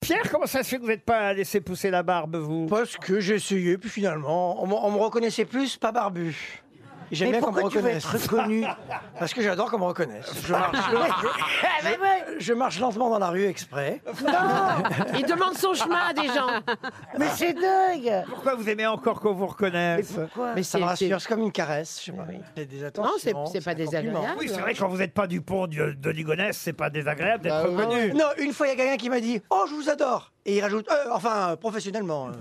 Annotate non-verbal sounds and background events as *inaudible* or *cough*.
Pierre, comment ça se fait que vous n'êtes pas laissé pousser la barbe, vous Parce que j'ai essayé, puis finalement, on, me- on me reconnaissait plus pas barbu. J'aime bien qu'on me reconnaisse. *laughs* Parce que j'adore qu'on me reconnaisse. Je marche, *laughs* Ah, bah, je- je marche lentement dans la rue exprès. Il demande son chemin à des gens. Mais c'est dingue Pourquoi vous aimez encore qu'on vous reconnaisse Mais ça me c'est- rassure, c'est comme une caresse, je sais pas. C'est des Non, c'est attentions, c'est pas un compliment. désagréable. Oui, c'est vrai, quand vous n'êtes pas du pont de, de Ligonnès, c'est pas désagréable d'être reconnu. Non, une fois, il y a quelqu'un qui m'a dit Oh, je vous adore Et il rajoute Euh, Enfin, euh, professionnellement. euh.